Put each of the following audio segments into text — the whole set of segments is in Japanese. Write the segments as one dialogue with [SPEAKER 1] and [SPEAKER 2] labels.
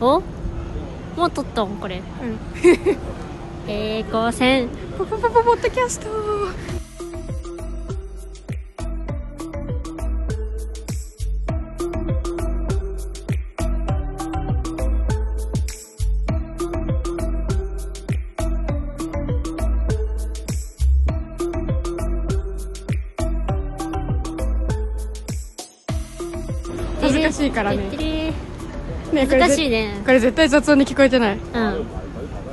[SPEAKER 1] おもう撮ったんこれ
[SPEAKER 2] うん
[SPEAKER 1] えー、光線
[SPEAKER 2] ポポポポポッドキャスト恥ずかしいからね
[SPEAKER 1] てれてれ
[SPEAKER 2] ねこれ
[SPEAKER 1] 難しい
[SPEAKER 2] ぜ
[SPEAKER 1] ね
[SPEAKER 2] これ絶対雑音に聞こえてない
[SPEAKER 1] うん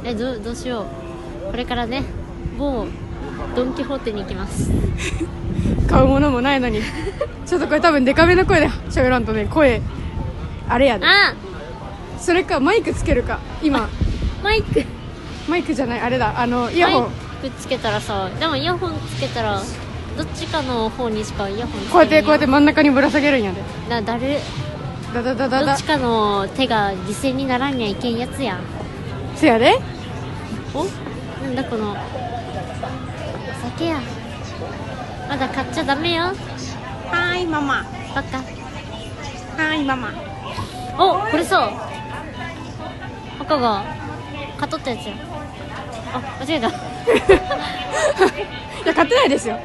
[SPEAKER 1] えどうどうしようこれからね某ドン・キホーテに行きます
[SPEAKER 2] 買うものもないのにちょっとこれ多分デカめの声で喋らんとね声あれやで
[SPEAKER 1] あ
[SPEAKER 2] それかマイクつけるか今
[SPEAKER 1] マイク
[SPEAKER 2] マイクじゃないあれだあのイヤホン
[SPEAKER 1] マイクつけたらさでもイヤホンつけたらどっちかの方にしかイヤホンつけ
[SPEAKER 2] こうやってこうやって
[SPEAKER 1] て
[SPEAKER 2] 真ん中にぶら下げるんやで
[SPEAKER 1] なだる
[SPEAKER 2] ダダダダ
[SPEAKER 1] ど
[SPEAKER 2] ダ
[SPEAKER 1] っちかの手が犠牲にならんにゃいけんやつやん
[SPEAKER 2] せやで
[SPEAKER 1] おなんだこの酒やまだ買っちゃダメよ
[SPEAKER 2] はいママ
[SPEAKER 1] バカ
[SPEAKER 2] はいママ
[SPEAKER 1] おこれさ赤が買っとったやつやあ間違えた
[SPEAKER 2] いや買ってないですよ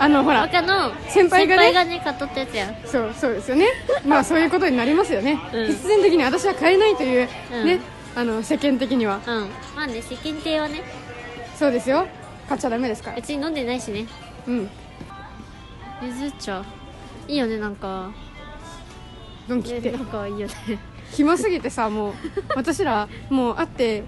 [SPEAKER 2] あのほら
[SPEAKER 1] 赤の
[SPEAKER 2] 先輩がね
[SPEAKER 1] 先輩がね買っとったやつや
[SPEAKER 2] そうそうですよねまあそういうことになりますよね、
[SPEAKER 1] うん
[SPEAKER 2] 必然的に私は買えないという、
[SPEAKER 1] うん
[SPEAKER 2] ねあの世間的には
[SPEAKER 1] うんまあね世間体はね
[SPEAKER 2] そうですよ買っちゃダメですから
[SPEAKER 1] 別に飲んでないしね
[SPEAKER 2] うん
[SPEAKER 1] ゆず茶いいよねなんか
[SPEAKER 2] ドンキっ
[SPEAKER 1] ね
[SPEAKER 2] て
[SPEAKER 1] なんかいいよね
[SPEAKER 2] 暇すぎてさもう私らもう会って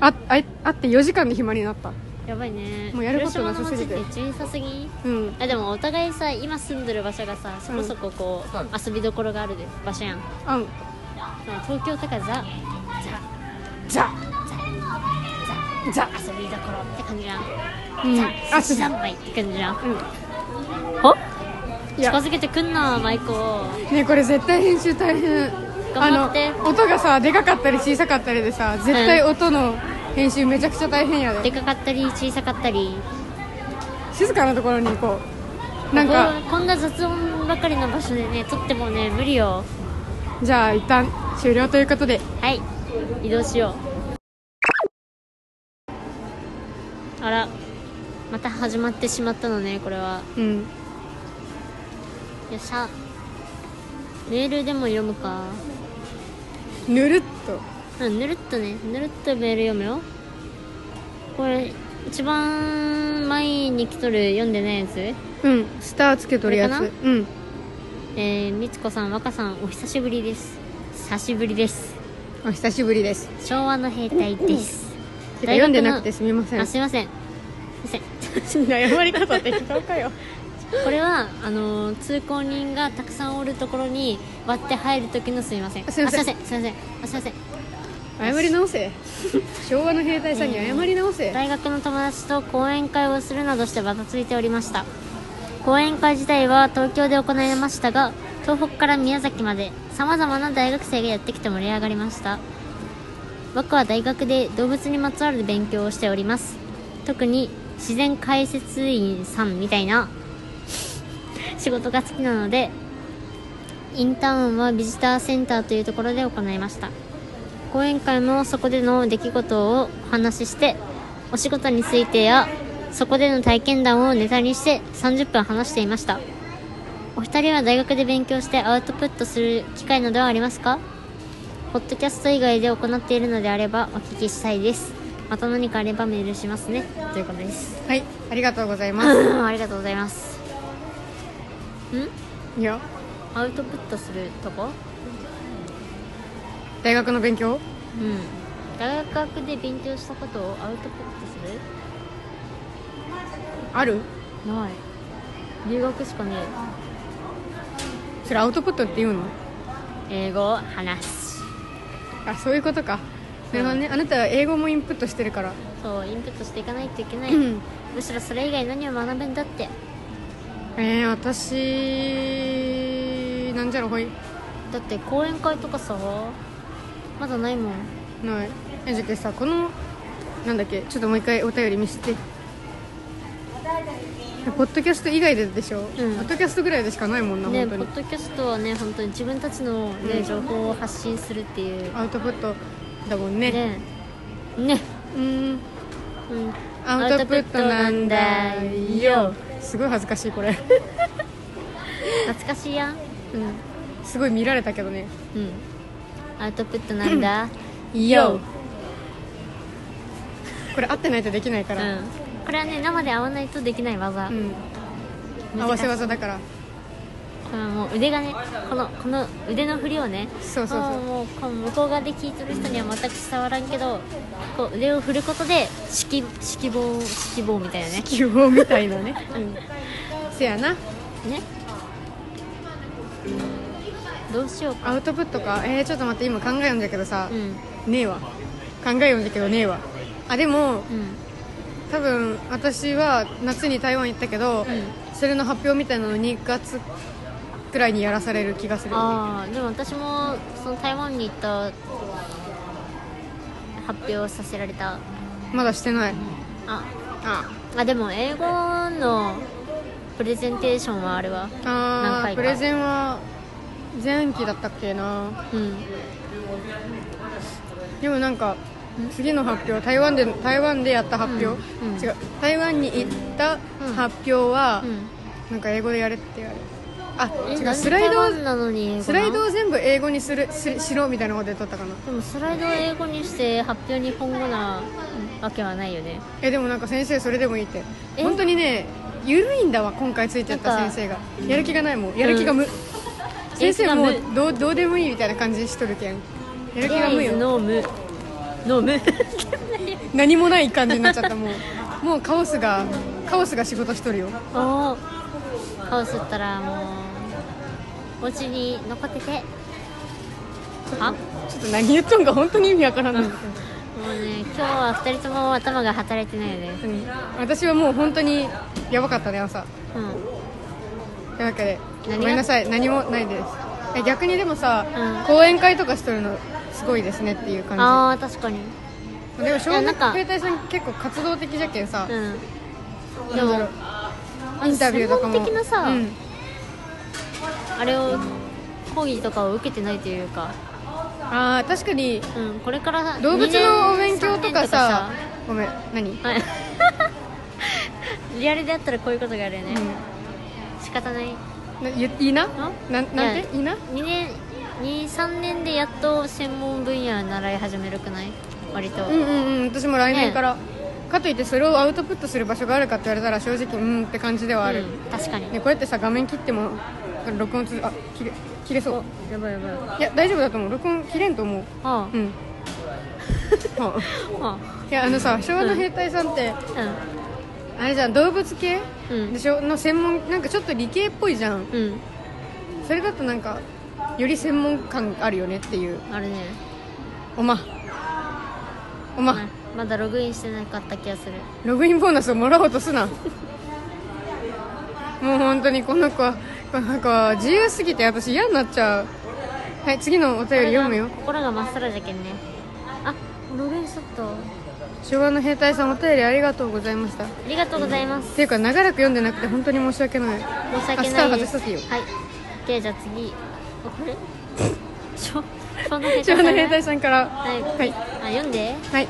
[SPEAKER 2] ああい会って4時間で暇になった
[SPEAKER 1] やばいね
[SPEAKER 2] もうやることなさすぎて
[SPEAKER 1] 広島の街って小さすぎ
[SPEAKER 2] うん
[SPEAKER 1] あでもお互いさ今住んでる場所がさそこそここう、遊びどころがあるで場所やん
[SPEAKER 2] あん
[SPEAKER 1] でも東京とかザ
[SPEAKER 2] じゃじゃ
[SPEAKER 1] ザ遊びどころって感じやん
[SPEAKER 2] うん
[SPEAKER 1] ザ
[SPEAKER 2] あ
[SPEAKER 1] 寿司
[SPEAKER 2] ちょ
[SPEAKER 1] 三昧って感じやん
[SPEAKER 2] うん
[SPEAKER 1] ほ
[SPEAKER 2] い
[SPEAKER 1] 近
[SPEAKER 2] や
[SPEAKER 1] づけてくんなマイコ
[SPEAKER 2] ねこれ絶対編集大変
[SPEAKER 1] 頑張って
[SPEAKER 2] あの音がさでかかったり小さかったりでさ絶対音の編集めちゃくちゃ大変や
[SPEAKER 1] で
[SPEAKER 2] で、
[SPEAKER 1] かかったり小さかったり
[SPEAKER 2] 静かなところに行こうなんか
[SPEAKER 1] ここんな雑音ばかりの場所でね撮ってもね無理よ
[SPEAKER 2] じゃあ一旦終了ということで
[SPEAKER 1] はい移動しようあらまた始まってしまったのねこれは
[SPEAKER 2] うん
[SPEAKER 1] よっしゃメールでも読むか
[SPEAKER 2] ぬるっと
[SPEAKER 1] うんぬるっとねぬるっとメール読むよこれ一番前に来とる読んでないやつ
[SPEAKER 2] うんスターつけとるや
[SPEAKER 1] これ
[SPEAKER 2] つ
[SPEAKER 1] か
[SPEAKER 2] うん
[SPEAKER 1] えー、みつこさん若さんお久しぶりです久しぶりです
[SPEAKER 2] お久しぶりです
[SPEAKER 1] 昭和の兵隊です
[SPEAKER 2] てか読んでなくてすみません
[SPEAKER 1] あすいませんすいません
[SPEAKER 2] 謝り方適当かよ
[SPEAKER 1] これはあのー通行人がたくさんおるところに割って入る時のすいません
[SPEAKER 2] すいません
[SPEAKER 1] あすいませんすいませんあすいません
[SPEAKER 2] 謝り直 せ昭和の兵隊さんに謝り直せ、
[SPEAKER 1] 大学の友達と講演会をするなどしてバタついておりました講演会自体は東京で行いましたが東北から宮崎までさまざまな大学生がやってきて盛り上がりました僕は大学で動物にまつわる勉強をしております特に自然解説員さんみたいな 仕事が好きなのでインターンはビジターセンターというところで行いました講演会もそこでの出来事をお話ししてお仕事についてやそこでの体験談をネタにして30分話していましたお二人は大学で勉強してアウトプットする機会などはありますかポッドキャスト以外で行っているのであればお聞きしたいですまた何かあればメールしますねということです
[SPEAKER 2] はいありがとうございます
[SPEAKER 1] ありがとうございますん
[SPEAKER 2] いや
[SPEAKER 1] アウトプットするとこ
[SPEAKER 2] 大学の勉
[SPEAKER 1] う
[SPEAKER 2] 強
[SPEAKER 1] ん大学で勉強したことをアウトプットする
[SPEAKER 2] ある
[SPEAKER 1] ない留学しかね
[SPEAKER 2] それアウトプットって言うの
[SPEAKER 1] え英語を話す
[SPEAKER 2] あそういうことかなるほどねあなたは英語もインプットしてるから
[SPEAKER 1] そうインプットしていかないといけない、
[SPEAKER 2] うん
[SPEAKER 1] むしろそれ以外何を学ぶんだって
[SPEAKER 2] えー、私なんじゃろほい
[SPEAKER 1] だって講演会とかさまだないもん
[SPEAKER 2] ないえじゃけさこのなんだっけちょっともう一回お便り見せてポッドキャスト以外ででしょ、
[SPEAKER 1] ん
[SPEAKER 2] ポッドキャストぐらいでしかないもんな、
[SPEAKER 1] ね、ポ
[SPEAKER 2] 本当に
[SPEAKER 1] ッドキャストはね本当に自分たちの、ね
[SPEAKER 2] うん
[SPEAKER 1] 情報を発信するっていう
[SPEAKER 2] アウトプットだもんね
[SPEAKER 1] ねね、
[SPEAKER 2] うん
[SPEAKER 1] うん、
[SPEAKER 2] アウトプットなんだよすごい恥ずかしいこ れ、
[SPEAKER 1] 懐かしいやん
[SPEAKER 2] うん、すごい見られたけどね
[SPEAKER 1] うんアウトプットなんだ
[SPEAKER 2] YO これ合ってないとできないか
[SPEAKER 1] う
[SPEAKER 2] ら、
[SPEAKER 1] んこれはね生で会わないとできない技、
[SPEAKER 2] うん
[SPEAKER 1] 難しい
[SPEAKER 2] 合わせ技だから
[SPEAKER 1] このもう腕がねこのこの腕の振りをね
[SPEAKER 2] そうそうそう
[SPEAKER 1] ももうこの向こう側で聞いてる人には全く伝わらんけどこう腕を振ることで指揮指揮棒指揮棒みたいなね
[SPEAKER 2] 希望みたいなね、 せやな
[SPEAKER 1] ねどうしようか
[SPEAKER 2] アウトプットかえー、ちょっと待って今考えるんだけどさ
[SPEAKER 1] う、ん
[SPEAKER 2] ねえわ考えるんだけどねえわあで
[SPEAKER 1] う
[SPEAKER 2] も
[SPEAKER 1] ん
[SPEAKER 2] 多分私は夏に台湾行ったけど、それの発表みたいなの2月くらいにやらされる気がする
[SPEAKER 1] ああでも私もその台湾に行った発表させられた
[SPEAKER 2] まだしてない
[SPEAKER 1] あ
[SPEAKER 2] あ
[SPEAKER 1] あでも英語のプレゼンテーションはあれは何
[SPEAKER 2] あ
[SPEAKER 1] 回
[SPEAKER 2] ー
[SPEAKER 1] か
[SPEAKER 2] プレゼンは前期だったっけな
[SPEAKER 1] うん
[SPEAKER 2] でもなんか次の発表台湾で台湾でやった発表、
[SPEAKER 1] うんうん
[SPEAKER 2] 違う台湾に行った発表は、
[SPEAKER 1] うん
[SPEAKER 2] なんか英語でやれって言われるあ
[SPEAKER 1] え
[SPEAKER 2] 違
[SPEAKER 1] なで
[SPEAKER 2] うんスライド
[SPEAKER 1] 台湾なのに英語な
[SPEAKER 2] スライドを全部英語にするすしろみたいなことで撮ったかな
[SPEAKER 1] でもスライドを英語にして発表日本語なわけはないよね
[SPEAKER 2] えでもなんか先生それでもいいって
[SPEAKER 1] え
[SPEAKER 2] 本当にねゆるいんだわ今回ついてっ
[SPEAKER 1] なん
[SPEAKER 2] た
[SPEAKER 1] か
[SPEAKER 2] 先生がやる気がないもんやる気が無、先生も
[SPEAKER 1] や
[SPEAKER 2] う
[SPEAKER 1] る気が
[SPEAKER 2] どうどうでもいいみたいな感じしとるけんやる気が無よ
[SPEAKER 1] ノームノー ム
[SPEAKER 2] 何もない感じになっちゃった もうもうカオスがカオスが仕事しとるよ
[SPEAKER 1] おおカオスったらもうお家に残ってては
[SPEAKER 2] ちょっと何言っとんか本当に意味わからない、うん
[SPEAKER 1] もうね今日は2人とも頭が働いてないよね
[SPEAKER 2] 私はもう本当にやばかったね朝
[SPEAKER 1] うん
[SPEAKER 2] というわけで
[SPEAKER 1] 何が
[SPEAKER 2] ごめんなさい何もないですえ逆にでもさ、
[SPEAKER 1] うん
[SPEAKER 2] 講演会とかしとるのすごいですねっていう感じ
[SPEAKER 1] ああ確かに
[SPEAKER 2] でも小
[SPEAKER 1] いやなん
[SPEAKER 2] 学
[SPEAKER 1] か
[SPEAKER 2] 兵隊さん結構活動的じゃけんさ、
[SPEAKER 1] うんで
[SPEAKER 2] なんだろ
[SPEAKER 1] も
[SPEAKER 2] うインタビューとか
[SPEAKER 1] 専
[SPEAKER 2] も
[SPEAKER 1] 門的なさ
[SPEAKER 2] うん
[SPEAKER 1] あれを講義とかを受けてないというか、
[SPEAKER 2] あー確かに
[SPEAKER 1] うん、これから
[SPEAKER 2] 動物
[SPEAKER 1] 二年
[SPEAKER 2] のお勉強とかさ
[SPEAKER 1] 三年
[SPEAKER 2] ごめん何
[SPEAKER 1] とかさはいリアルであったらこういう ことがあるよね、仕方ない
[SPEAKER 2] な言いいなななん
[SPEAKER 1] いや
[SPEAKER 2] ていいな
[SPEAKER 1] 2年23年でやっと専門分野習い始めるくない割と、
[SPEAKER 2] うんうんうん私も来年から、かといってそれをアウトプットする場所があるかって言われたら正直うんって感じではあ
[SPEAKER 1] う
[SPEAKER 2] る、
[SPEAKER 1] ん確かに、
[SPEAKER 2] ね、こうやってさ画面切っても録音つあ切れ切れそう
[SPEAKER 1] やばいやばい
[SPEAKER 2] いや大丈夫だと思う録音切れんと思う
[SPEAKER 1] あ
[SPEAKER 2] うん は
[SPEAKER 1] あ、あ
[SPEAKER 2] あいやあのさ昭和の兵隊さんって、
[SPEAKER 1] あ
[SPEAKER 2] あれじゃん動物系
[SPEAKER 1] うんうん
[SPEAKER 2] でしょの専門なんかちょっと理系っぽいじゃ
[SPEAKER 1] う
[SPEAKER 2] ん
[SPEAKER 1] ん
[SPEAKER 2] それだとなんかより専門感あるよねっていう
[SPEAKER 1] あれね
[SPEAKER 2] おまおま、
[SPEAKER 1] まだログインしてなかった気がする
[SPEAKER 2] ログインボーナスをもらおうとすなもう本当にこの子はこの子は自由すぎて私嫌になっちゃうはい次のお便り読むよ
[SPEAKER 1] 心がまっさらじゃけんねあログインしとったあ
[SPEAKER 2] 昭和の兵隊さんお便りありがとうございましたっ
[SPEAKER 1] りがとうございます
[SPEAKER 2] ていうか長らく読んでなくて本当に申し訳ない
[SPEAKER 1] 申し訳
[SPEAKER 2] あスタ
[SPEAKER 1] ない
[SPEAKER 2] ー
[SPEAKER 1] で
[SPEAKER 2] 外
[SPEAKER 1] す
[SPEAKER 2] させよ
[SPEAKER 1] はいでじゃあ次あこれ ちょそんな下手
[SPEAKER 2] 昭
[SPEAKER 1] さ
[SPEAKER 2] 和
[SPEAKER 1] ん
[SPEAKER 2] の
[SPEAKER 1] ね
[SPEAKER 2] 兵隊さんから
[SPEAKER 1] はい
[SPEAKER 2] はい
[SPEAKER 1] あ読んで
[SPEAKER 2] はい。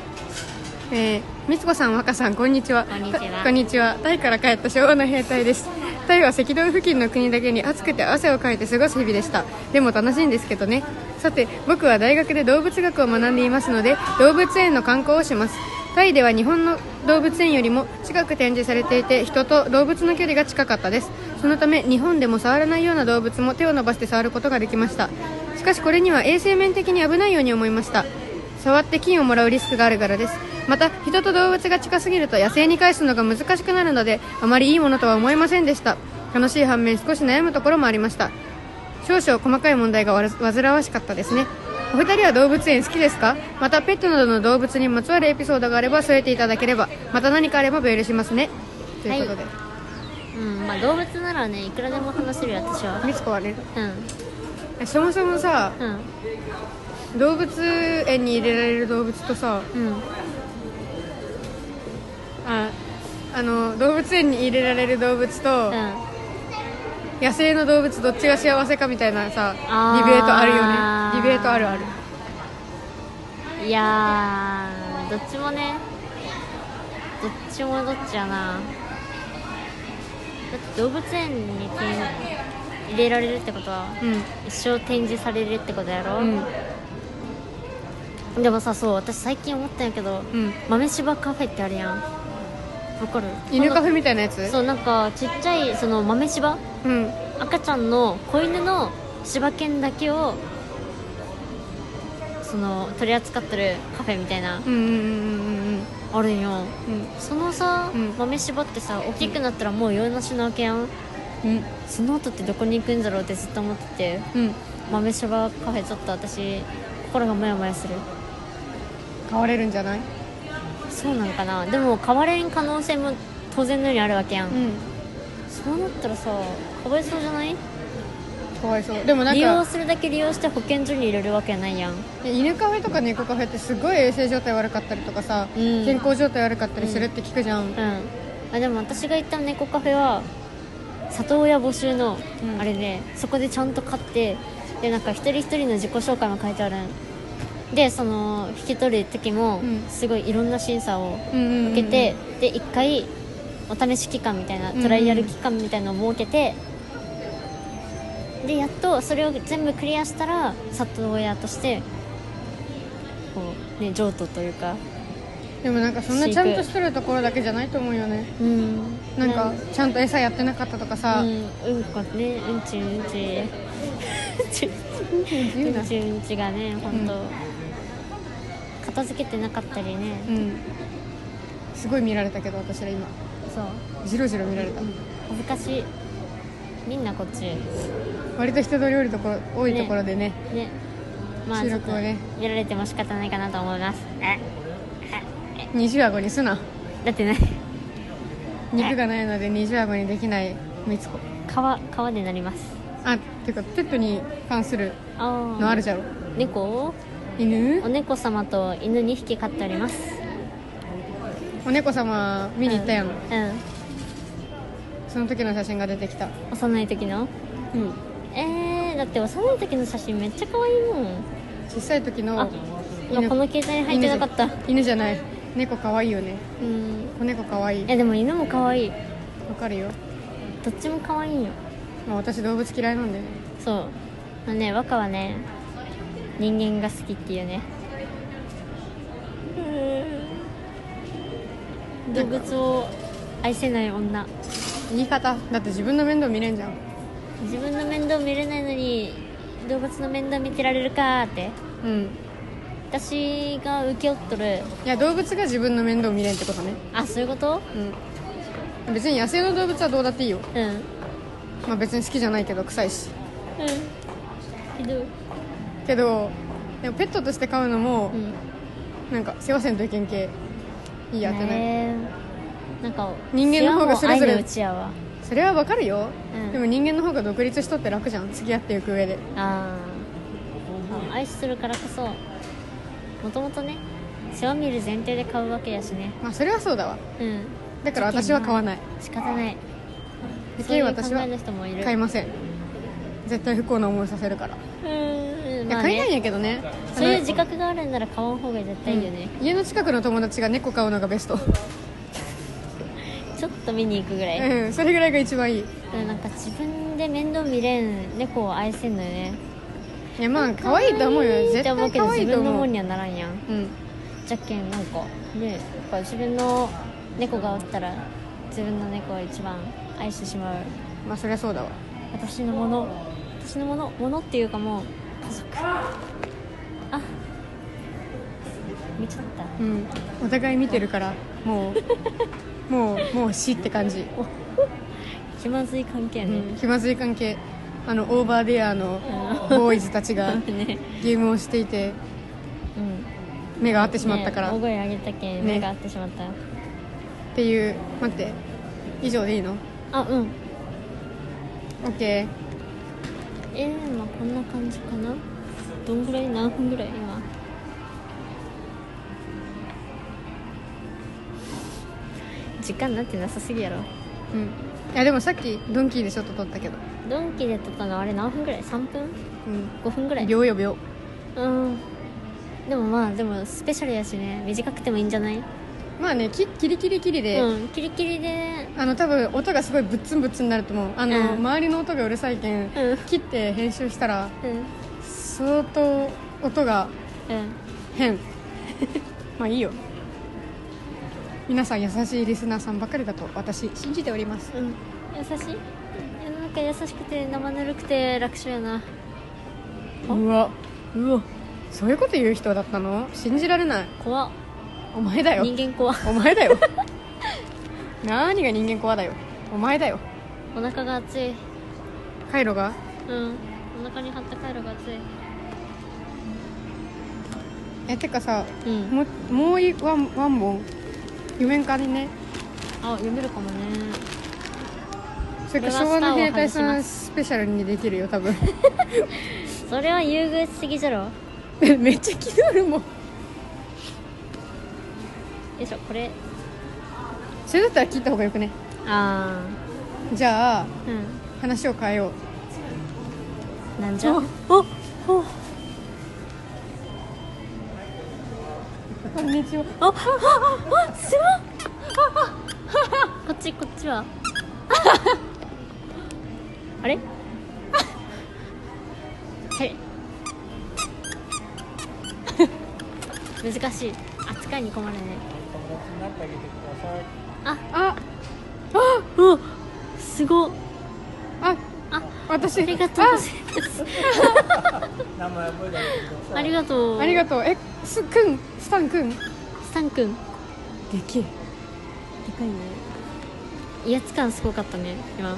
[SPEAKER 2] えー、みつこさん、若さん、こんにちは。
[SPEAKER 1] こんにちは
[SPEAKER 2] たこんにちはタイから帰った昭和の兵隊です。タイは赤道付近の国だけに暑くて汗をかいて過ごす日々でした。でも楽しいんですけどね。さて、僕は大学で動物学を学んでいますので、動物園の観光をします。タイでは日本の動物園よりも近く展示されていて人と動物の距離が近かったですそのため日本でも触らないような動物も手を伸ばして触ることができましたしかしこれには衛生面的に危ないように思いました触って菌をもらうリスクがあるからですまた人と動物が近すぎると野生に返すのが難しくなるのであまりいいものとは思いませんでした楽しい反面少し悩むところもありました少々細かい問題がわら煩わしかったですねお二人は動物園好きですかまたペットなどの動物にまつわるエピソードがあれば添えていただければまた何かあればメールしますねということで、
[SPEAKER 1] うんまあ動物ならねいくらでも話せるよ私は
[SPEAKER 2] みつこはね
[SPEAKER 1] うん
[SPEAKER 2] えそもそもさ
[SPEAKER 1] うん
[SPEAKER 2] 動物園に入れられる動物とさ
[SPEAKER 1] うん
[SPEAKER 2] ああの動物園に入れられる動物と、
[SPEAKER 1] うん
[SPEAKER 2] 野生の動物どっちが幸せかみたいなさデ
[SPEAKER 1] あー
[SPEAKER 2] ィベートあるよねディベートあるある
[SPEAKER 1] いやーどっちもねどっちもどっちやなだって動物園に展入れられるってことは
[SPEAKER 2] う
[SPEAKER 1] 一生展示されるってことやろ、
[SPEAKER 2] んうん
[SPEAKER 1] でもさそう私最近思ったんやけど、
[SPEAKER 2] うん
[SPEAKER 1] 豆柴カフェってあるやんわかる
[SPEAKER 2] 犬カフ
[SPEAKER 1] ェ
[SPEAKER 2] ェみたいなやつ
[SPEAKER 1] そうなんかちっちゃいその豆柴
[SPEAKER 2] うん
[SPEAKER 1] 赤ちゃんの子犬の柴犬だけをその取り扱ってるカフェみたいな
[SPEAKER 2] うんうんうんうん
[SPEAKER 1] あるんよ
[SPEAKER 2] うん
[SPEAKER 1] そのさ、
[SPEAKER 2] うん
[SPEAKER 1] 豆柴ってさ大きくなったらもう洋梨なわけやん
[SPEAKER 2] うん
[SPEAKER 1] その後ってどこに行くんだろうってずっと思ってて
[SPEAKER 2] うん
[SPEAKER 1] 豆柴カフェちょっと私心がモヤモヤする
[SPEAKER 2] 変われるんじゃない
[SPEAKER 1] そうなんかなでも変われん可能性も当然のようにあるわけやん、
[SPEAKER 2] うん
[SPEAKER 1] そうなったらさかわいそうじゃない
[SPEAKER 2] かわいそうでもな
[SPEAKER 1] 利用
[SPEAKER 2] んか
[SPEAKER 1] するだけ利用して保健所に入れるわけやないやん
[SPEAKER 2] 犬カフェとか猫カフェってすごい衛生状態悪かったりとかさ、
[SPEAKER 1] うん
[SPEAKER 2] 健康状態悪かったりするって聞くじゃん、
[SPEAKER 1] うんあでも私が行った猫カフェは里親募集の
[SPEAKER 2] うん
[SPEAKER 1] あれで、そこでちゃんと飼ってでなんか一人一人の自己紹介も書いてあるんでその引き取る時も
[SPEAKER 2] うん
[SPEAKER 1] すごいいろんな審査を
[SPEAKER 2] うんうんうん
[SPEAKER 1] 受けて、で1回お試し期間みたいなトライアル期間みたいなのを設けて、でやっとそれを全部クリアしたら里親としてこう、ね、譲渡というか
[SPEAKER 2] でもなんかそんなちゃんとしてるところだけじゃないと思うよね
[SPEAKER 1] うん
[SPEAKER 2] なんかちゃんと餌やってなかったとかさ、
[SPEAKER 1] うん、うんこねうんちうんち
[SPEAKER 2] 自
[SPEAKER 1] う
[SPEAKER 2] 由なん
[SPEAKER 1] ちうんちがね本当、片付けてなかったりね、
[SPEAKER 2] うんすごい見られたけど私ら今
[SPEAKER 1] そう
[SPEAKER 2] ジロジロ見られた、
[SPEAKER 1] 恥ずかしいみんなこっちね
[SPEAKER 2] 割と人通り多いところ多いところでね
[SPEAKER 1] まあ
[SPEAKER 2] 収
[SPEAKER 1] ちょっ
[SPEAKER 2] 録
[SPEAKER 1] と
[SPEAKER 2] をね
[SPEAKER 1] 見られても仕方ないかなと思いますえ
[SPEAKER 2] 二重顎にすな
[SPEAKER 1] だってね
[SPEAKER 2] 肉がないので二重顎にできないみつこ
[SPEAKER 1] 皮皮でなります
[SPEAKER 2] あっていうかペットに関する
[SPEAKER 1] あ
[SPEAKER 2] のある
[SPEAKER 1] ゃ
[SPEAKER 2] じゃろ
[SPEAKER 1] ん猫
[SPEAKER 2] 犬
[SPEAKER 1] お猫様と犬2匹飼っております
[SPEAKER 2] お猫様見に行ったやん、
[SPEAKER 1] う
[SPEAKER 2] その時の写真が出てきた
[SPEAKER 1] ん幼い時の
[SPEAKER 2] うん
[SPEAKER 1] えー、だって幼い時の写真めっちゃ可愛いもん
[SPEAKER 2] 小さい時
[SPEAKER 1] あ
[SPEAKER 2] の
[SPEAKER 1] 今この携帯に入ってなかった
[SPEAKER 2] 犬じゃない猫可愛いよね
[SPEAKER 1] うん
[SPEAKER 2] 子猫可愛い
[SPEAKER 1] いやでも犬も可愛い
[SPEAKER 2] わかるよ、
[SPEAKER 1] どっちも可愛いよ
[SPEAKER 2] まあ、私動物嫌いなんでね
[SPEAKER 1] そうあのね若はね人間が好きっていうね動物を愛せない女
[SPEAKER 2] 言い方だって自分の面倒見れんじゃん
[SPEAKER 1] 自分の面倒見れないのに動物の面倒見てられるかーって
[SPEAKER 2] うん
[SPEAKER 1] 私が請け負っとる
[SPEAKER 2] いや動物が自分の面倒見れんってことね
[SPEAKER 1] あそういうこと
[SPEAKER 2] うん別に野生の動物はどうだっていいよ
[SPEAKER 1] うんうん
[SPEAKER 2] まあ別に好きじゃないけど臭いし
[SPEAKER 1] ひどい
[SPEAKER 2] けどでもペットとして飼うのも
[SPEAKER 1] う、ん
[SPEAKER 2] なんか世話せんといけんけいいやってない、
[SPEAKER 1] ねえなんか
[SPEAKER 2] 人間の方がそれぞれ
[SPEAKER 1] 世話も愛のうちやわ
[SPEAKER 2] それはわかるよ、
[SPEAKER 1] うん
[SPEAKER 2] でも人間の方が独立しとって楽じゃん付き合っていく上で
[SPEAKER 1] あー愛するからこそもともとね世話見る前提で買うわけやしね
[SPEAKER 2] まあそれはそうだわ
[SPEAKER 1] うん
[SPEAKER 2] だから私は買わない
[SPEAKER 1] 仕方ない
[SPEAKER 2] で
[SPEAKER 1] そういう考
[SPEAKER 2] 私は
[SPEAKER 1] えの人もいる
[SPEAKER 2] 買いません絶対不幸な思いさせるから、
[SPEAKER 1] うん
[SPEAKER 2] い
[SPEAKER 1] ま
[SPEAKER 2] や
[SPEAKER 1] あ
[SPEAKER 2] 買えないん
[SPEAKER 1] ね
[SPEAKER 2] やけどね
[SPEAKER 1] そういう
[SPEAKER 2] 時
[SPEAKER 1] 自覚があるんなら買わん方が絶対いいよね、
[SPEAKER 2] 家の近くの友達が猫飼うのがベスト
[SPEAKER 1] ちょっと見に行くぐらい、
[SPEAKER 2] うんそれぐらいが一番いい
[SPEAKER 1] うん、なんか自分で面倒見れん猫を愛せんのよね
[SPEAKER 2] いやまあ可愛いと思うよ
[SPEAKER 1] っ
[SPEAKER 2] 絶
[SPEAKER 1] て思う
[SPEAKER 2] 対
[SPEAKER 1] けど
[SPEAKER 2] 可愛
[SPEAKER 1] 自
[SPEAKER 2] いと
[SPEAKER 1] 分の
[SPEAKER 2] 思
[SPEAKER 1] もん
[SPEAKER 2] う
[SPEAKER 1] にはならんやん
[SPEAKER 2] うん
[SPEAKER 1] じゃっけんなんかねやっぱ自分の猫がおったら自分の猫を一番愛してしまう
[SPEAKER 2] まあそりゃそうだわ
[SPEAKER 1] 私のもの私のものものっていうかもう家族あ見ちゃった
[SPEAKER 2] うんお互い見てるからもう もうもう死って感じ、
[SPEAKER 1] 気まずい関係
[SPEAKER 2] う
[SPEAKER 1] ね、
[SPEAKER 2] ん、気まずい関係あのオーバーデアの
[SPEAKER 1] あ
[SPEAKER 2] ボーイズたち が
[SPEAKER 1] のね
[SPEAKER 2] ゲームをしていて
[SPEAKER 1] うん
[SPEAKER 2] 目が合ってしまったから、
[SPEAKER 1] ね大声上げたけん
[SPEAKER 2] ね
[SPEAKER 1] 目が合ってしまった、
[SPEAKER 2] っていう待って以上でいいの
[SPEAKER 1] あうん
[SPEAKER 2] ?OK
[SPEAKER 1] えー、まあこんな感じかなどんぐらい何分ぐらい今時間なんてなさすぎやろ
[SPEAKER 2] うんいやでもさっきドンキーでちょっと撮ったけど
[SPEAKER 1] ドンキで撮ったのあれ何分ぐらい3分
[SPEAKER 2] うん
[SPEAKER 1] 5分ぐらい
[SPEAKER 2] 秒よ秒
[SPEAKER 1] うんでもまあでもスペシャルやしね短くてもいいんじゃない、
[SPEAKER 2] まあねきキリキリキリで、
[SPEAKER 1] うんキリキリで
[SPEAKER 2] あの多分音がすごいぶっつんぶっつんになると思うあの、
[SPEAKER 1] うん
[SPEAKER 2] 周りの音がうるさいけん、
[SPEAKER 1] うん
[SPEAKER 2] 切って編集したら
[SPEAKER 1] うん
[SPEAKER 2] 相当音が
[SPEAKER 1] うん
[SPEAKER 2] 変まあいいよ皆さん優しいリスナーさんばかりだと私信じております
[SPEAKER 1] うん優しいいやなんか優しくて生ぬるくて楽勝やなあ
[SPEAKER 2] うわうわそういうこと言う人だったの信じられない
[SPEAKER 1] 怖っ
[SPEAKER 2] お前だよ
[SPEAKER 1] 人間怖っ
[SPEAKER 2] お前だよ 何が人間コアだよお前だよ
[SPEAKER 1] お腹が熱い
[SPEAKER 2] カイロが
[SPEAKER 1] うんお腹に張った回路が熱い
[SPEAKER 2] えてかさ
[SPEAKER 1] うん
[SPEAKER 2] ももういワンワンボン夢んかにね
[SPEAKER 1] あ読めるかもね
[SPEAKER 2] それか
[SPEAKER 1] これ
[SPEAKER 2] 昭
[SPEAKER 1] はス
[SPEAKER 2] 和
[SPEAKER 1] ター
[SPEAKER 2] の
[SPEAKER 1] を
[SPEAKER 2] 兵
[SPEAKER 1] 外
[SPEAKER 2] 隊
[SPEAKER 1] し
[SPEAKER 2] さ
[SPEAKER 1] ま
[SPEAKER 2] んスペシャルにできるよ多分
[SPEAKER 1] それは優遇しすぎじゃろよ
[SPEAKER 2] めっちゃ気取るもん
[SPEAKER 1] いしょこれ
[SPEAKER 2] それだったら切った方がよくね
[SPEAKER 1] あ
[SPEAKER 2] じゃあ
[SPEAKER 1] あうん
[SPEAKER 2] 話を変えよう
[SPEAKER 1] なんじゃ
[SPEAKER 2] おおこんにちは
[SPEAKER 1] あ、あ、あ、すごい。こっち、こっちは。 あれ。 はい。 難しい。扱いに困るね。あ、
[SPEAKER 2] あ
[SPEAKER 1] うわ。すごっ。
[SPEAKER 2] あ
[SPEAKER 1] あ、
[SPEAKER 2] 私
[SPEAKER 1] ありがとうございます。ありがとう。
[SPEAKER 2] あありがとうえすくんスタンくんで
[SPEAKER 1] スタン君。で
[SPEAKER 2] けえ
[SPEAKER 1] かいね。威圧感すごかったね。今。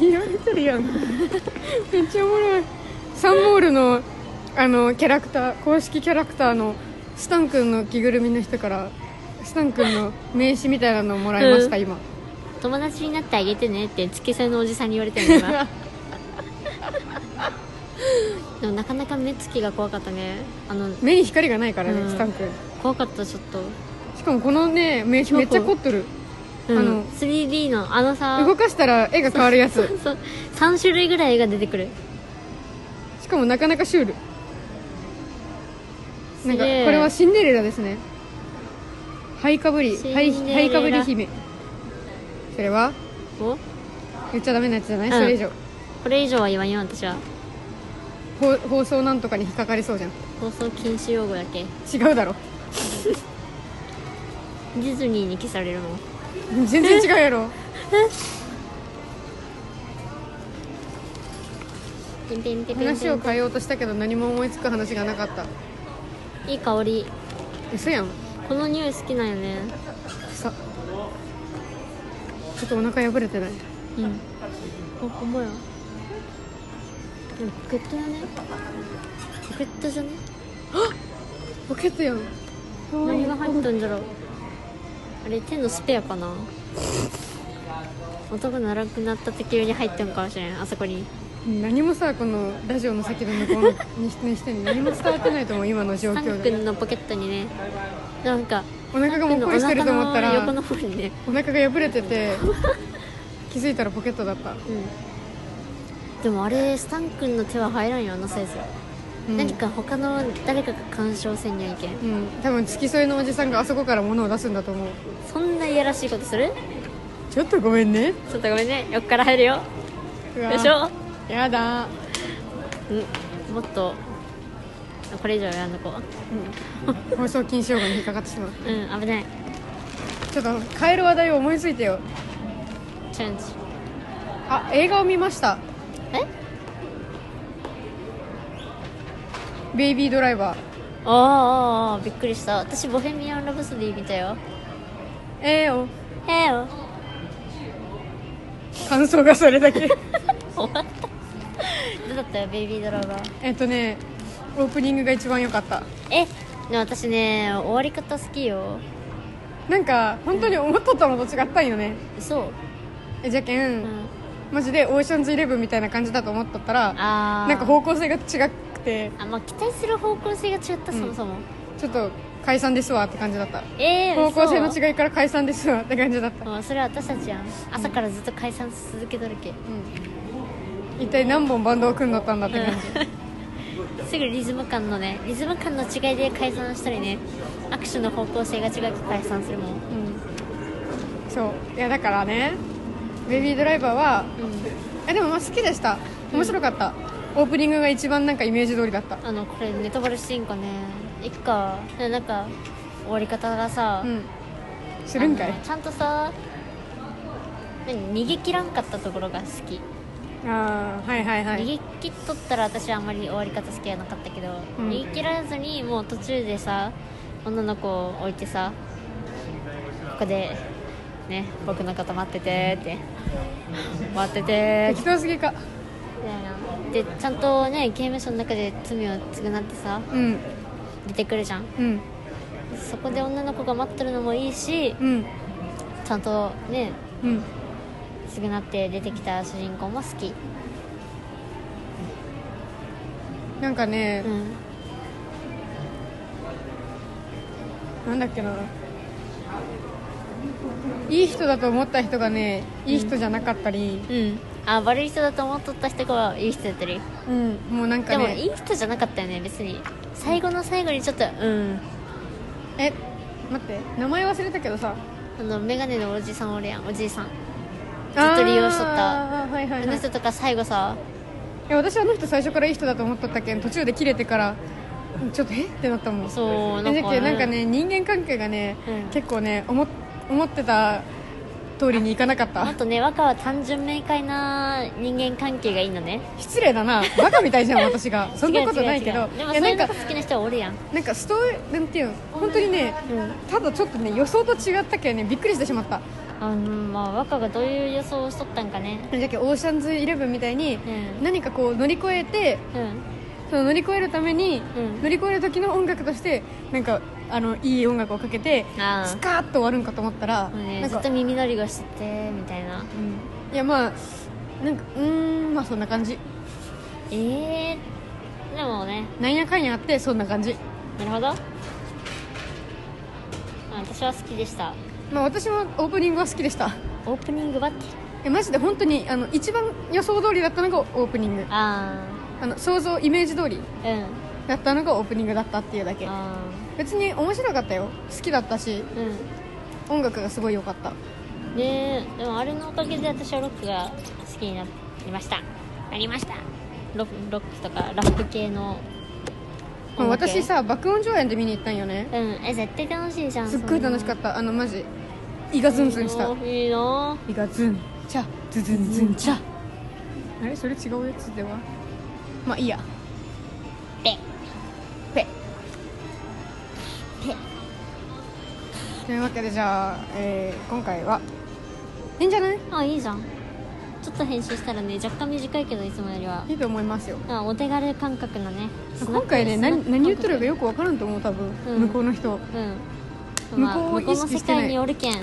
[SPEAKER 2] 言われてるやんめっちゃおもろいサンモールのあのキャラクター公式キャラクターのスタン君の着ぐるみの人からスタン君の名刺みたいなのをもらいました、
[SPEAKER 1] う
[SPEAKER 2] 今
[SPEAKER 1] 友達になってあげてねって付け添いのおじさんに言われてるの 今でもなかなか目つきが怖かったねあの
[SPEAKER 2] 目に光がないからね、
[SPEAKER 1] うん
[SPEAKER 2] スタン君
[SPEAKER 1] 怖かったちょっと、
[SPEAKER 2] しかもこのね名刺めっちゃ凝っとる
[SPEAKER 1] うん、
[SPEAKER 2] あの
[SPEAKER 1] 3D のあのさ
[SPEAKER 2] 動かしたら絵が変わるやつ
[SPEAKER 1] そう3種類ぐらいが出てくる
[SPEAKER 2] しかもなかなかシュール
[SPEAKER 1] すげ
[SPEAKER 2] な
[SPEAKER 1] え
[SPEAKER 2] んかこれはシンデレラですねハイかぶ
[SPEAKER 1] シ
[SPEAKER 2] り
[SPEAKER 1] ンデレ
[SPEAKER 2] ハイ
[SPEAKER 1] ラ
[SPEAKER 2] ハイかぶり姫それは
[SPEAKER 1] お
[SPEAKER 2] 言っちゃダメなやつじゃない、
[SPEAKER 1] うん
[SPEAKER 2] それ以上
[SPEAKER 1] これ以上は言わんよ私は
[SPEAKER 2] 放放送なんとかに引っかかりそうじゃ
[SPEAKER 1] 放送禁止用語だけ
[SPEAKER 2] ん違うだろ
[SPEAKER 1] ディズニーに消されるもん
[SPEAKER 2] 全然違うやろ
[SPEAKER 1] ピンピンピンピンピ
[SPEAKER 2] 話を
[SPEAKER 1] ン
[SPEAKER 2] 変えようとしたけど何も思いつく話がなかった
[SPEAKER 1] いい香り
[SPEAKER 2] 嘘やん
[SPEAKER 1] この匂い好きなんよね
[SPEAKER 2] さちょっとお腹破れてない
[SPEAKER 1] うんあほんまやでもポケットだねポケットじゃね
[SPEAKER 2] ポケットやん
[SPEAKER 1] 何が入ったんじゃろうあれ手のスペア かな男ならなくなったって急に入ったんかもしれんあそこに
[SPEAKER 2] 何もさこのラジオの先の向こうに出演してんの何も伝わってないと思う今の状
[SPEAKER 1] タン
[SPEAKER 2] 況で
[SPEAKER 1] 君のポケットにねなんか
[SPEAKER 2] お腹がもっこりしてると思ったら
[SPEAKER 1] タン君のお腹の横の方にね
[SPEAKER 2] お腹が破れてて気づいたらポケットだった、
[SPEAKER 1] うんでもあれスタン君の手は入らんよあのサイズ、
[SPEAKER 2] うん
[SPEAKER 1] 何か他の誰かが干渉せんにゃいけん
[SPEAKER 2] うん、多分付き添いのおじさんがあそこから物を出すんだと思う
[SPEAKER 1] そんないやらしいことする
[SPEAKER 2] ちょっとごめんね
[SPEAKER 1] ちょっとごめんね横から入るよ
[SPEAKER 2] うわ
[SPEAKER 1] でしょ
[SPEAKER 2] やだ、
[SPEAKER 1] うんもっとこれ以上やんのこ
[SPEAKER 2] うん、放送禁止用語に引っかかってしまう
[SPEAKER 1] ううん危ない
[SPEAKER 2] ちょっと変える話題を思いついてよ
[SPEAKER 1] チャレンジ
[SPEAKER 2] あ映画を見ました
[SPEAKER 1] え
[SPEAKER 2] ベイビードライバ
[SPEAKER 1] あ
[SPEAKER 2] ー
[SPEAKER 1] ーあーあーびっくりした私ボヘミアン・ラブソディ見たよ
[SPEAKER 2] ええよ
[SPEAKER 1] ええよ
[SPEAKER 2] 感想がそれだけ
[SPEAKER 1] 終わったどうだったよベイビードラバー
[SPEAKER 2] えっとねオープニングが一番良かった
[SPEAKER 1] えでも私ね終わり方好きよ
[SPEAKER 2] なんか本当に思っとったのと違ったんよね
[SPEAKER 1] 嘘
[SPEAKER 2] えじゃけ、
[SPEAKER 1] うんん
[SPEAKER 2] マジでオーシャンズイレブンみたいな感じだと思っとったら
[SPEAKER 1] ああ
[SPEAKER 2] なんか方向性が違くて
[SPEAKER 1] あまあ期待する方向性が違ったそもそも
[SPEAKER 2] ちょっと解散ですわって感じだった
[SPEAKER 1] えー、
[SPEAKER 2] 方向性の
[SPEAKER 1] 嘘
[SPEAKER 2] 違いから解散ですわって感じだった、うん、
[SPEAKER 1] あそれは私たちやん朝からずっと解散続けとるけ
[SPEAKER 2] 一体何本バンドを組んどったんだって感じ、
[SPEAKER 1] うんすぐリズム感のねリズム感の違いで解散したりね握手の方向性が違うと解散するもんうん
[SPEAKER 2] うんそういやだからねベビードライバーはえでもまあ好きでした面白かった、オープニングが一番なんかイメージ通りだった
[SPEAKER 1] あのこれネタバレしていいんかねいっかねなんか終わり方がさ、
[SPEAKER 2] うんするんか
[SPEAKER 1] あ
[SPEAKER 2] い
[SPEAKER 1] のねちゃんとさ何逃げ切らんかったところが好き、
[SPEAKER 2] ああーはいはいは
[SPEAKER 1] 逃
[SPEAKER 2] い
[SPEAKER 1] げ切っとったら私はあんまり終わり方好きじゃなかったけど、
[SPEAKER 2] うん
[SPEAKER 1] 逃げ切らずにもう途中でさ女の子を置いてさここでね僕のこと待っててって待っててー
[SPEAKER 2] 適当すぎか
[SPEAKER 1] ってでちゃんとね刑務所の中で罪を償ってさ
[SPEAKER 2] うん
[SPEAKER 1] 出てくるじゃん
[SPEAKER 2] うん
[SPEAKER 1] そこで女の子が待ってるのもいいし
[SPEAKER 2] うん
[SPEAKER 1] ちゃんとね
[SPEAKER 2] うん
[SPEAKER 1] 償って出てきた主人公も好き
[SPEAKER 2] なんかね
[SPEAKER 1] う、ん
[SPEAKER 2] なんだっけないい人だと思った人がねいい人じゃなかったり、
[SPEAKER 1] うんあ悪い人だと思っとった人がいい人だったり
[SPEAKER 2] うんもうなん
[SPEAKER 1] で
[SPEAKER 2] か
[SPEAKER 1] も
[SPEAKER 2] ね
[SPEAKER 1] いい人じゃなかったよね別に最後の最後にちょっとうん
[SPEAKER 2] え待って名前忘れたけどさ
[SPEAKER 1] あの眼鏡のおじさんおるやんおじいさんずっと利用しとった
[SPEAKER 2] あーはいは
[SPEAKER 1] あ
[SPEAKER 2] い、は
[SPEAKER 1] の
[SPEAKER 2] い、
[SPEAKER 1] 人とか最後さ
[SPEAKER 2] いや私あの人最初からいい人だと思っとったけん途中で切れてからちょっとえってなったもん
[SPEAKER 1] そう
[SPEAKER 2] え
[SPEAKER 1] なん
[SPEAKER 2] じゃ
[SPEAKER 1] か
[SPEAKER 2] けなんかね人間関係がね、
[SPEAKER 1] うん
[SPEAKER 2] 結構ね思っ思ってた通りにいかなかっ
[SPEAKER 1] もったとね若は単純明快な人間関係がいいのね
[SPEAKER 2] 失礼だなバカみたいじ ゃん私がそんなことない
[SPEAKER 1] 違
[SPEAKER 2] け
[SPEAKER 1] う
[SPEAKER 2] ど
[SPEAKER 1] 違う違うでも
[SPEAKER 2] い
[SPEAKER 1] そ
[SPEAKER 2] や
[SPEAKER 1] ういう
[SPEAKER 2] な
[SPEAKER 1] んの
[SPEAKER 2] か
[SPEAKER 1] が好きな人はおるやん
[SPEAKER 2] なんかストーなんていうの本当にね、
[SPEAKER 1] うん
[SPEAKER 2] ただちょっとね予想と違ったけんねびっくりしてしまった
[SPEAKER 1] あのまあ若がどういう予想をしとったんかね
[SPEAKER 2] じゃけオーシャンズイレブンみたいに
[SPEAKER 1] うん
[SPEAKER 2] 何かこう乗り越えて
[SPEAKER 1] うん
[SPEAKER 2] その乗り越えるために、
[SPEAKER 1] うん
[SPEAKER 2] 乗り越える時の音楽としてなんかあのいい音楽をかけて
[SPEAKER 1] ああ
[SPEAKER 2] スカーッと終わるんかと思ったら、
[SPEAKER 1] もうね
[SPEAKER 2] なん
[SPEAKER 1] ずっ
[SPEAKER 2] か
[SPEAKER 1] と、耳鳴りがしててみたいな
[SPEAKER 2] うん、いやまあなんかうーんまあそんな感じ
[SPEAKER 1] ええでもね
[SPEAKER 2] なんやかんやあってそんな感じ
[SPEAKER 1] なるほどうん私は好きでした
[SPEAKER 2] まあ私もオープニングは好きでした
[SPEAKER 1] オープニングはって
[SPEAKER 2] えマジで本当にあの一番予想通りだったのがオープニング
[SPEAKER 1] あ
[SPEAKER 2] あの想像イメージ通り
[SPEAKER 1] あうん
[SPEAKER 2] だったのがオープニングだったっていうだけ
[SPEAKER 1] あ
[SPEAKER 2] 別に面白かったよ好きだったし
[SPEAKER 1] ーう
[SPEAKER 2] 音楽がすごい良かった
[SPEAKER 1] んねえでもあれのおかげで私はロックが好きになりましたなりましたロロックとかラップ系の
[SPEAKER 2] まあ
[SPEAKER 1] 音楽
[SPEAKER 2] 私さ爆音上演で見に行ったんよね
[SPEAKER 1] うんえ絶対楽しいじゃん
[SPEAKER 2] すっごい楽しかったあのマジ胃がズンズンした
[SPEAKER 1] たいいの
[SPEAKER 2] 胃がズンチャズズンズンチャあれそれ違うやつではまあいいや
[SPEAKER 1] ペ
[SPEAKER 2] ペ
[SPEAKER 1] ペ
[SPEAKER 2] というわけでじゃあ、えー今回はいいんじゃない
[SPEAKER 1] あいいじゃんちょっと編集したらね若干短いけどいつもよりはい
[SPEAKER 2] いと思いますよ
[SPEAKER 1] あお手軽感覚のね
[SPEAKER 2] 今回ね
[SPEAKER 1] スナッ
[SPEAKER 2] 何
[SPEAKER 1] ク
[SPEAKER 2] 何言ってるかよく分からんと思う多分、
[SPEAKER 1] うん
[SPEAKER 2] 向こうの人
[SPEAKER 1] うん、まあ、
[SPEAKER 2] 向こうを
[SPEAKER 1] 向こうの
[SPEAKER 2] 意識
[SPEAKER 1] 世
[SPEAKER 2] してない
[SPEAKER 1] 界におるけん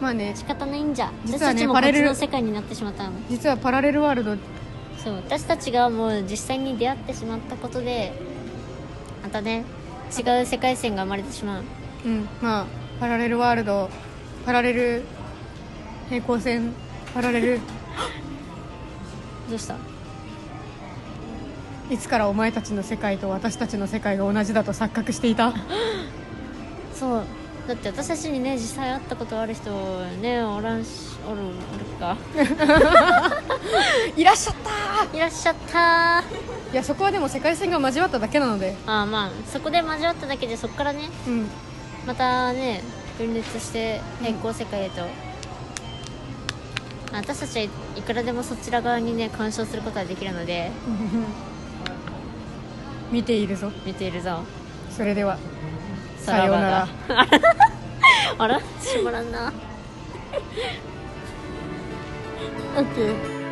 [SPEAKER 2] まあね
[SPEAKER 1] 仕方ないんじゃ私
[SPEAKER 2] 実は
[SPEAKER 1] た
[SPEAKER 2] ね
[SPEAKER 1] ちも
[SPEAKER 2] パ
[SPEAKER 1] こ
[SPEAKER 2] ラ
[SPEAKER 1] っ
[SPEAKER 2] レ
[SPEAKER 1] ち
[SPEAKER 2] ル
[SPEAKER 1] の世界になってしまったの
[SPEAKER 2] 実はパラレルワールド
[SPEAKER 1] そう私たちがもう実際に出会ってしまったことでまたね違う世界線が生まれてしまう
[SPEAKER 2] うんまあパラレルワールドパラレル平行線パラレル
[SPEAKER 1] どうした
[SPEAKER 2] いつからお前たちの世界と私たちの世界が同じだと錯覚していた
[SPEAKER 1] そうだって私たちにね実際会ったことある人ねおらんしおるおる か
[SPEAKER 2] いらっしゃった
[SPEAKER 1] いらっしゃった
[SPEAKER 2] いやそこはでも世界線が交わっただけなので
[SPEAKER 1] ああまあそこで交わっただけでそこからね
[SPEAKER 2] うん
[SPEAKER 1] またね分裂して変更世界へと、私たちはいくらでもそちら側にね干渉することはできるので
[SPEAKER 2] 見ているぞ
[SPEAKER 1] 見ているぞ
[SPEAKER 2] それでは
[SPEAKER 1] さ
[SPEAKER 2] さ
[SPEAKER 1] よ
[SPEAKER 2] よ
[SPEAKER 1] うな
[SPEAKER 2] うな
[SPEAKER 1] ら
[SPEAKER 2] ら
[SPEAKER 1] あら絞らんな
[SPEAKER 2] OK